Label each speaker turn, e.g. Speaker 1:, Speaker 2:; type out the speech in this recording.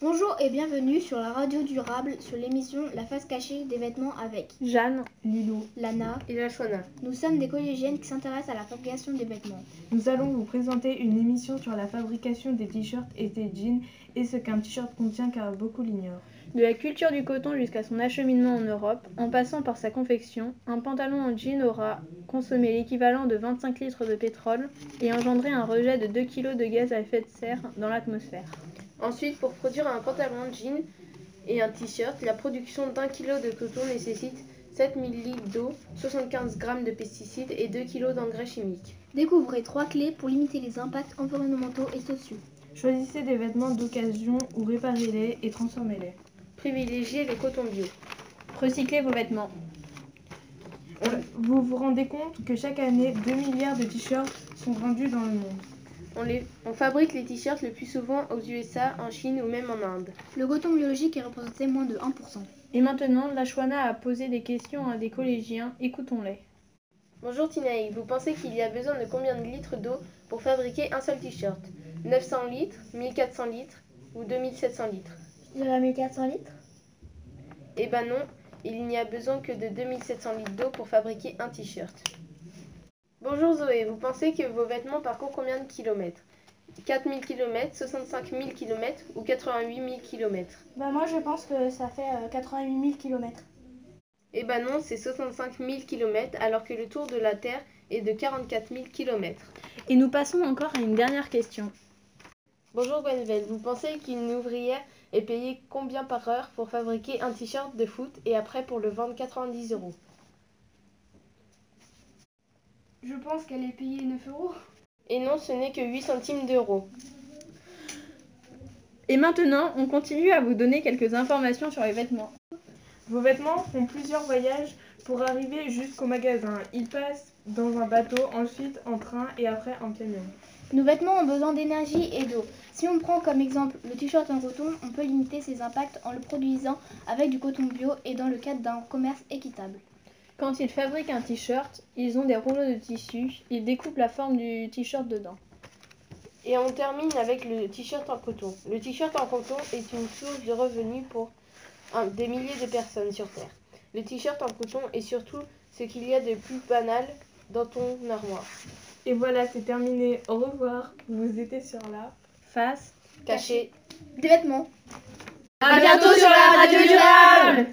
Speaker 1: Bonjour et bienvenue sur la radio durable sur l'émission La face cachée des vêtements avec
Speaker 2: Jeanne, Lilo
Speaker 1: Lana.
Speaker 3: et la Shona.
Speaker 1: Nous sommes des collégiennes qui s'intéressent à la fabrication des vêtements.
Speaker 2: Nous allons vous présenter une émission sur la fabrication des t-shirts et des jeans et ce qu'un t-shirt contient car beaucoup l'ignorent.
Speaker 4: De la culture du coton jusqu'à son acheminement en Europe, en passant par sa confection, un pantalon en jean aura consommé l'équivalent de 25 litres de pétrole et engendré un rejet de 2 kg de gaz à effet de serre dans l'atmosphère.
Speaker 3: Ensuite, pour produire un pantalon jean et un t-shirt, la production d'un kilo de coton nécessite 7000 litres d'eau, 75 grammes de pesticides et 2 kilos d'engrais chimiques.
Speaker 1: Découvrez trois clés pour limiter les impacts environnementaux et sociaux.
Speaker 2: Choisissez des vêtements d'occasion ou réparez-les et transformez-les.
Speaker 3: Privilégier les cotons bio.
Speaker 4: Recyclez vos vêtements.
Speaker 2: Euh, Vous vous rendez compte que chaque année 2 milliards de t-shirts sont vendus dans le monde.
Speaker 3: On, les- on fabrique les t-shirts le plus souvent aux USA, en Chine ou même en Inde.
Speaker 1: Le coton biologique est représenté moins de 1%.
Speaker 4: Et maintenant, Lashwana a posé des questions à des collégiens, écoutons-les.
Speaker 3: Bonjour Tinaï, vous pensez qu'il y a besoin de combien de litres d'eau pour fabriquer un seul t-shirt 900 litres, 1400 litres ou 2700 litres
Speaker 1: Je dirais 1400 litres.
Speaker 3: Eh ben non, il n'y a besoin que de 2700 litres d'eau pour fabriquer un t-shirt. Bonjour Zoé, vous pensez que vos vêtements parcourent combien de kilomètres 4000 km, 65 000 km ou 88 000 km
Speaker 5: Bah moi je pense que ça fait euh, 88 000 km.
Speaker 3: Eh ben non, c'est 65 000 km alors que le tour de la Terre est de 44 000 km.
Speaker 4: Et nous passons encore à une dernière question.
Speaker 3: Bonjour Gwenvel, vous pensez qu'une ouvrière est payée combien par heure pour fabriquer un t-shirt de foot et après pour le vendre 90 euros
Speaker 5: Je pense qu'elle est payée 9 euros.
Speaker 3: Et non, ce n'est que 8 centimes d'euros.
Speaker 4: Et maintenant, on continue à vous donner quelques informations sur les vêtements.
Speaker 2: Vos vêtements font plusieurs voyages pour arriver jusqu'au magasin. Ils passent dans un bateau, ensuite en train et après en camion.
Speaker 1: Nos vêtements ont besoin d'énergie et d'eau. Si on prend comme exemple le t-shirt en coton, on peut limiter ses impacts en le produisant avec du coton bio et dans le cadre d'un commerce équitable.
Speaker 4: Quand ils fabriquent un t-shirt, ils ont des rouleaux de tissu, ils découpent la forme du t-shirt dedans.
Speaker 3: Et on termine avec le t-shirt en coton. Le t-shirt en coton est une source de revenus pour un- des milliers de personnes sur Terre. Le t-shirt en coton est surtout ce qu'il y a de plus banal dans ton armoire.
Speaker 2: Et voilà, c'est terminé. Au revoir. Vous étiez sur la
Speaker 4: Face
Speaker 3: Caché
Speaker 1: Des vêtements
Speaker 4: À bientôt sur la radio durable